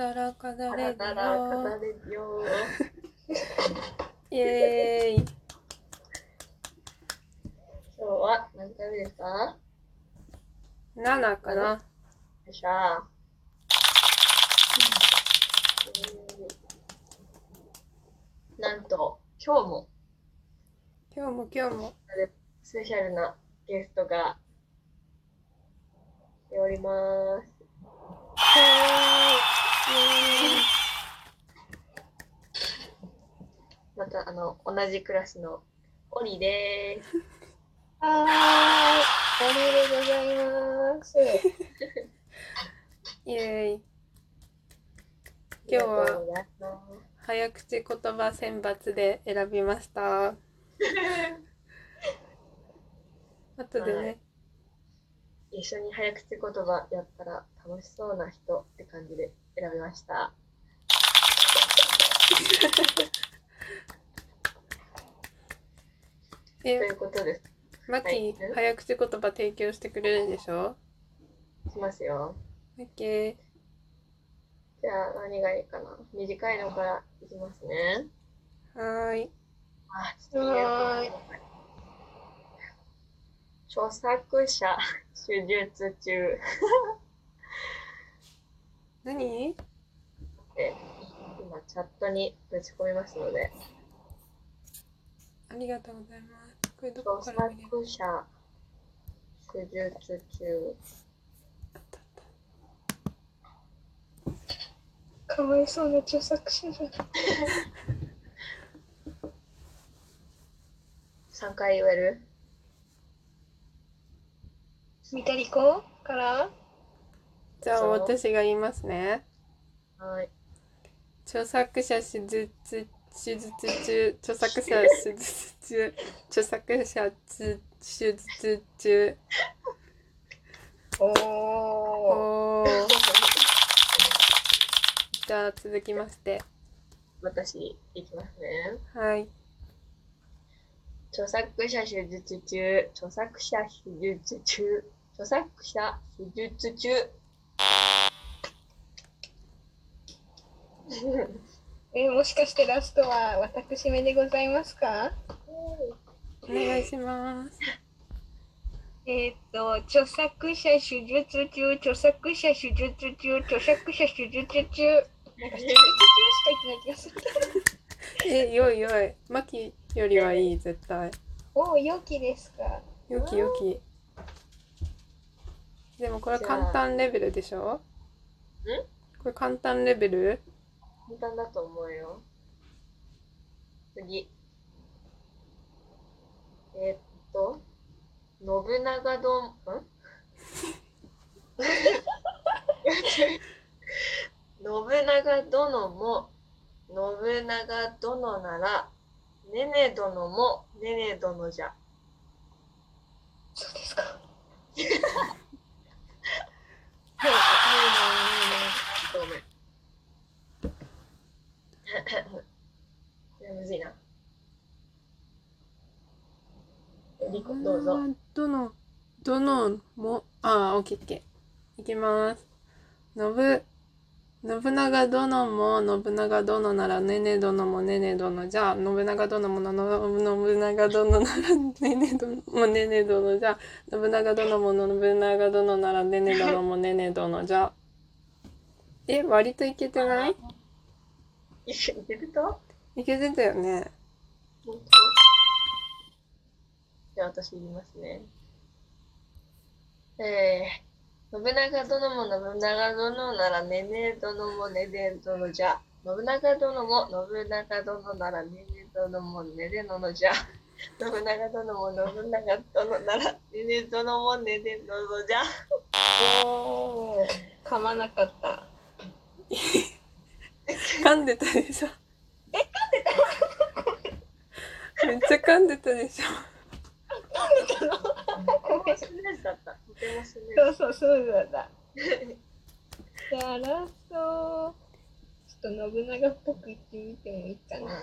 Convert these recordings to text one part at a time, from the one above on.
語だれらだらる語よれるよ。イエーイ今日は何回目ですか7かなよっしゃー。うんなんと、今日も今日も今日もスペシャルなゲストが来ております。イエーイまた、あの、同じクラスのオリでーす。はーい、ありでございます。イエーイ今日はありがとうございます早口言葉選抜で選びま した後ではねい一緒に早口言葉やったら楽しそうな人って感じで選びました。とえいうことです。マキ、はい早口言葉提供してくれるんでしょしますよ。オッケじゃあ何がいいかな短いのからいきますね。ーはーいあ、ちょっとやってみよう著作者 手術中。何今チャットにぶち込みますので。ありがとうございますこれどこ著から見れる作者手術中。あったあったかわいそうな著作者じゃん。 3回言える三谷子からじゃあそう私が言いますねはい。著作者手術手術中著作者手術中著作者手術中おー。おーじゃあ続きまして私、いきますね。はい著作者手術中、著作者手術中、著作者手術中。え、もしかしてラストは私めでございますかお願いします。えーっと、著作者手術中、著作者手術中、著作者手術中。なんか手術中しか言ってない気がする。え、よいよい。マキよりはいい、絶対。おー、良きですかよきよき。でもこれ簡単レベルでしょじゃあんこれ簡単レベル簡単だと思うよ。次。えーっと、信長どん、ん信長殿も、信長殿なら、ねね殿も、ねね殿じゃ。そうですか。ごめん。これむ ずいな。リコ、どうぞ。。どの、どのも、ああ、オッケーオッケー。いきます。のぶ、信長殿も信長殿ならねね殿もねね殿じゃ信長殿ものの信長殿ならねね殿もねね殿じゃ信長殿も信長殿ならねね殿もねね殿じゃえ割といけてないいけるといけてたよね本当じゃあ私言いますね。えー、信長殿も信長殿ならねね殿もねね殿じゃ。信長殿も信長殿ならねね殿もねね殿じゃ。信長殿も信長殿ならねね殿もねね殿じゃ。おー、噛まなかった。噛んでたでしょえ噛んでためっちゃ噛んでたでしょとてもスムーズだった。とてもスムーそうそう、そうなんだ。じゃあ、ラスト、ちょっと信長っぽく言ってみてもいいかな。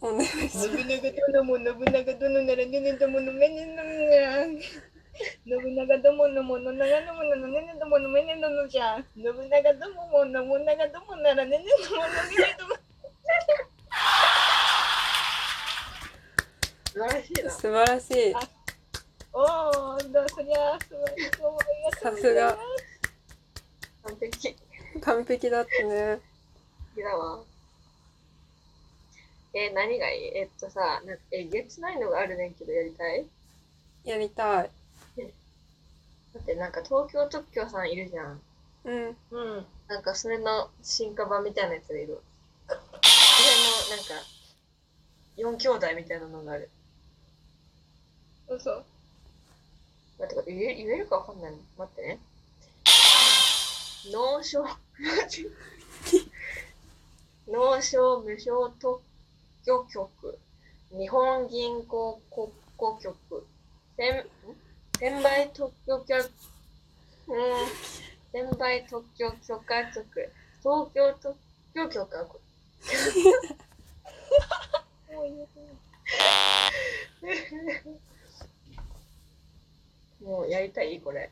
お願いします信長殿も信長殿ならねねどものめねのな。信長どものもの長のもののねねどものめねどのじゃ。信長どもものも長どもならねねどものめねども。素晴らしいな。素晴らしい。おお、どうそりゃ、すごい。どうもありがとうさごすざいまがす。完璧完璧だったね。だわ。え、何がいいえっとさ、なえげつないのがあるねんけどやりたいやりたい。だってなんか東京特許さんいるじゃん。うん。うん。なんかそれの進化版みたいなやつがいる。それのなんか、四兄弟みたいなのがある。そうそう。待って、これ言え言えるかわかんない。待ってね。脳症、 脳症無償特許局、日本銀行国庫局、転ん転売特許局、うん、転売特許許可局、東京特許許可局。もう言うてないもうやりたいこれ。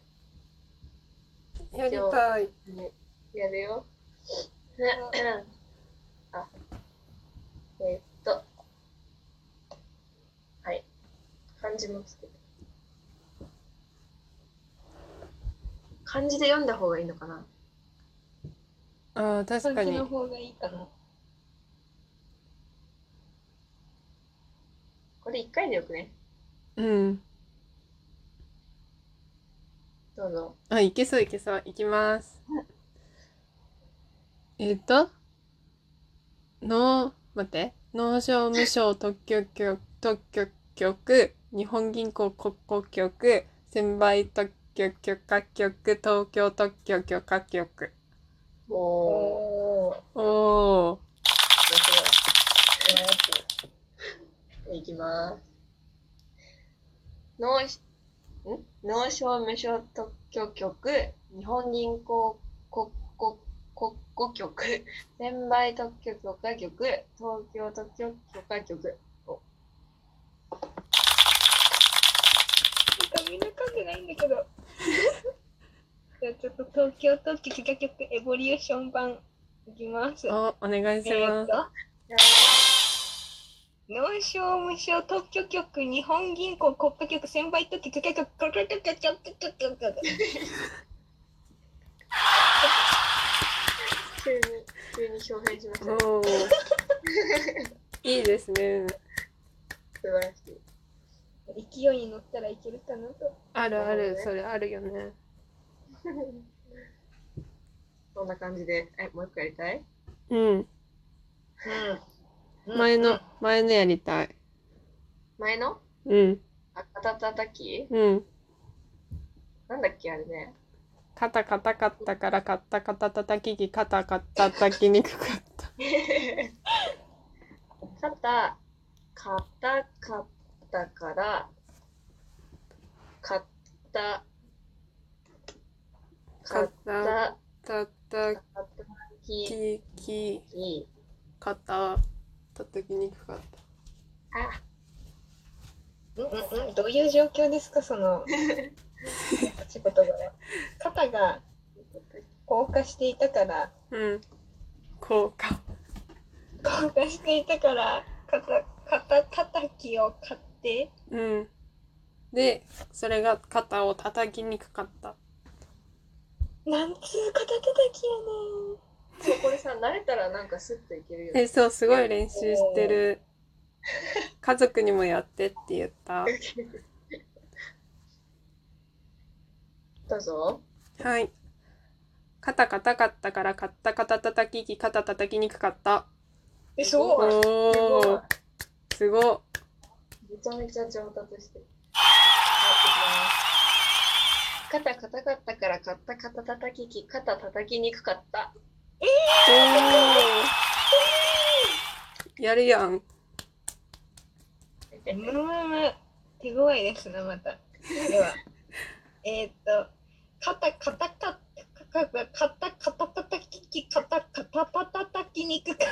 やりたい。ねやるよ。あ、えーっと、はい、漢字もつけて。漢字で読んだ方がいいのかなああ、確か感じにの。方がいいかな。これ一回でよくね。うん。どうぞ。あ、いけそういけそう。いきます。えっと、の、待って。農商無償特許局、特許局、日本銀行国庫局、専売特許許可局、東京特許許可局。おー、おお。おお面白い。いきます。農しん農商無償特許局、日本銀行国庫国庫局、転売特許許可局、東京特許許可局。なんかみんな噛んでないんだけど。 じゃあちょっと東京特許許可局エボリューション版いきます。ー。お、お願いしえーまっすと。。農商無償特許局日本銀行国家局専売特許許可局許可局許可局許可局急に、急に表現しましたね。おお。いいですね。素晴らしい。勢いに乗ったらいけるかなと。あるある、それあるよね。そんな感じで、え、もう一回やりたいうん。前の、前のやりたい。前のうん。あ、肩たたきうん。なんだっけあれね。カタカタカタからカッタカタタタキキカタカタタキにくかった。肩、肩、肩から、肩、カ肩、タタ肩、タき、キキき、カタタタキにくかっあ、うんうんうんどういう状況ですかその仕事が肩が硬化していたからた。うん。こうか。硬化していたから肩肩叩きを買ってうん。で、それが肩を叩きにくかった。なんつう肩叩きやねそん。うこれさ、慣れたらなんかスッといけるよね。え、そう、すごい練習してる。家族にもやってって言った。どうぞ。はい。肩硬かったから、カッタカタタタキキ肩叩きにくかった。え、すごそいすおごお。すごっ。い。めちゃめちゃ上達してる。やってきます。肩硬かったから肩肩叩きき肩叩きにくかった。おお。やるやん。う。むむむ。手強いですな、また。では。えーっと、肩、肩、肩、肩、肩、肩、肩、きき、肩、肩、肩、叩きにくかっ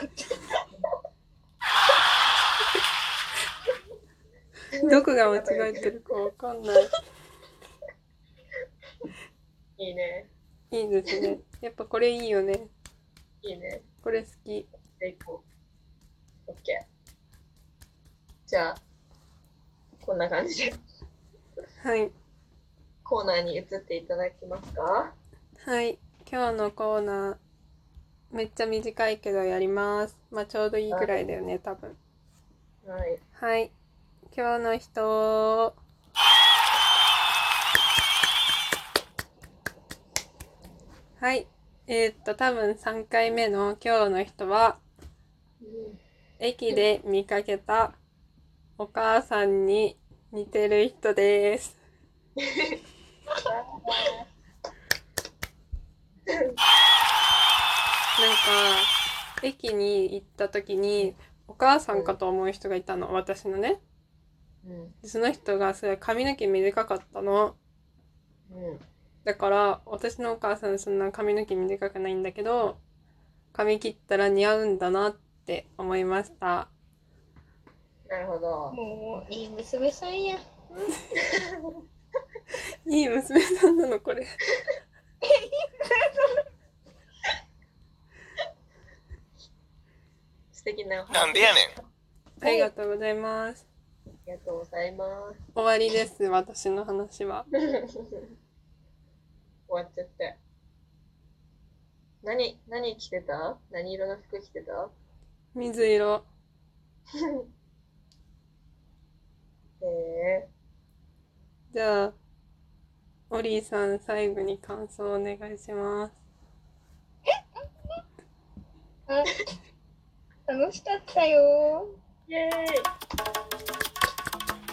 た。どこが間違えてるかわかんない。いいね。いいですね。やっぱこれいいよね。いいね。これ好き。で、こう。オッケー。じゃあ、こんな感じではい。コーナーに移っていただきますかはい。今日のコーナー、めっちゃ短いけどやります。まあちょうどいいくらいだよね、多分。はい。はい。今日の人。はい。えーっと、多分3回目の今日の人は、駅で見かけたお母さんに似てる人です。なんか、駅に行った時に、お母さんかと思う人がいたの、私のね。うん。その人がそれ髪の毛短かったの。うん。だから私のお母さんそんな髪の毛短くないんだけど髪切ったら似合うんだなって思いましたなるほど。もういい娘さんや。いい娘さんなのこれ素敵なお話。なんでやねん。ありがとうございますありがとうございます。 終わりです私の話は終わっちゃって。何、何着てた何色の服着てた水色えじゃあオリーさん最後に感想お願いしますあ楽しかったよ。ー、イェーイ